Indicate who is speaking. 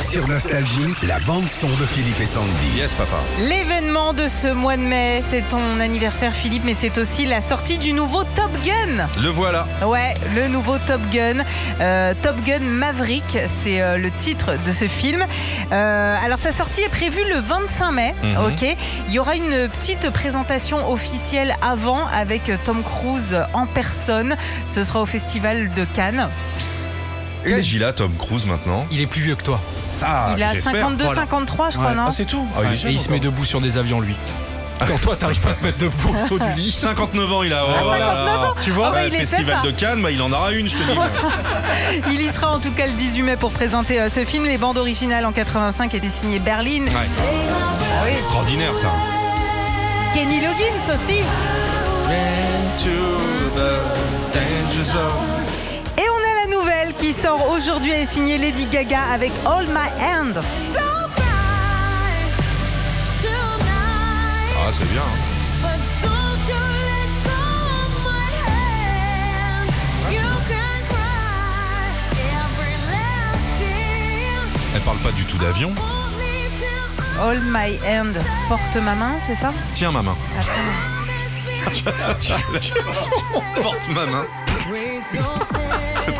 Speaker 1: Sur Nostalgie, la bande-son de Philippe et Sandy.
Speaker 2: Yes, papa.
Speaker 3: L'événement de ce mois de mai, c'est ton anniversaire Philippe, mais c'est aussi la sortie du nouveau Top Gun.
Speaker 2: Le voilà.
Speaker 3: Ouais, le nouveau Top Gun. Euh, Top Gun Maverick, c'est euh, le titre de ce film. Euh, alors sa sortie est prévue le 25 mai,
Speaker 2: Mhm.
Speaker 3: ok Il y aura une petite présentation officielle avant avec Tom Cruise en personne. Ce sera au Festival de Cannes.
Speaker 2: Il est là, Tom Cruise, maintenant.
Speaker 4: Il est plus vieux que toi.
Speaker 2: Ah,
Speaker 3: Il a
Speaker 2: j'espère.
Speaker 3: 52,
Speaker 4: Voilà.
Speaker 3: 53, je crois,
Speaker 4: Ouais.
Speaker 3: non
Speaker 2: Ah, c'est tout. Ah, il est
Speaker 4: et
Speaker 2: jeune
Speaker 4: il se met
Speaker 2: encore.
Speaker 4: debout sur des avions, lui. Quand toi, t'arrives pas à te mettre debout au saut du lit.
Speaker 2: 59 ans, il a. Oh,
Speaker 3: Ah, 59 ans.
Speaker 2: Tu vois,
Speaker 3: Ah, bah,
Speaker 2: Ouais,
Speaker 3: il est
Speaker 2: festival
Speaker 3: fait,
Speaker 2: de Cannes, bah, il en aura une, je te dis.
Speaker 3: Il y sera en tout cas le 18 mai pour présenter euh, ce film. Les bandes originales en 85 étaient signées Berlin.
Speaker 2: Ouais.
Speaker 3: Ah oui.
Speaker 2: Extraordinaire, ça.
Speaker 3: Kenny Loggins aussi. Et on a la nouvelle qui sort aujourd'hui. Elle est signée Lady Gaga avec All My Hand.
Speaker 2: Ah, c'est bien. hein. Elle parle pas du tout d'avion.
Speaker 3: All My Hand. Porte ma main, c'est ça
Speaker 2: Tiens, ma main. Porte ma main. Cette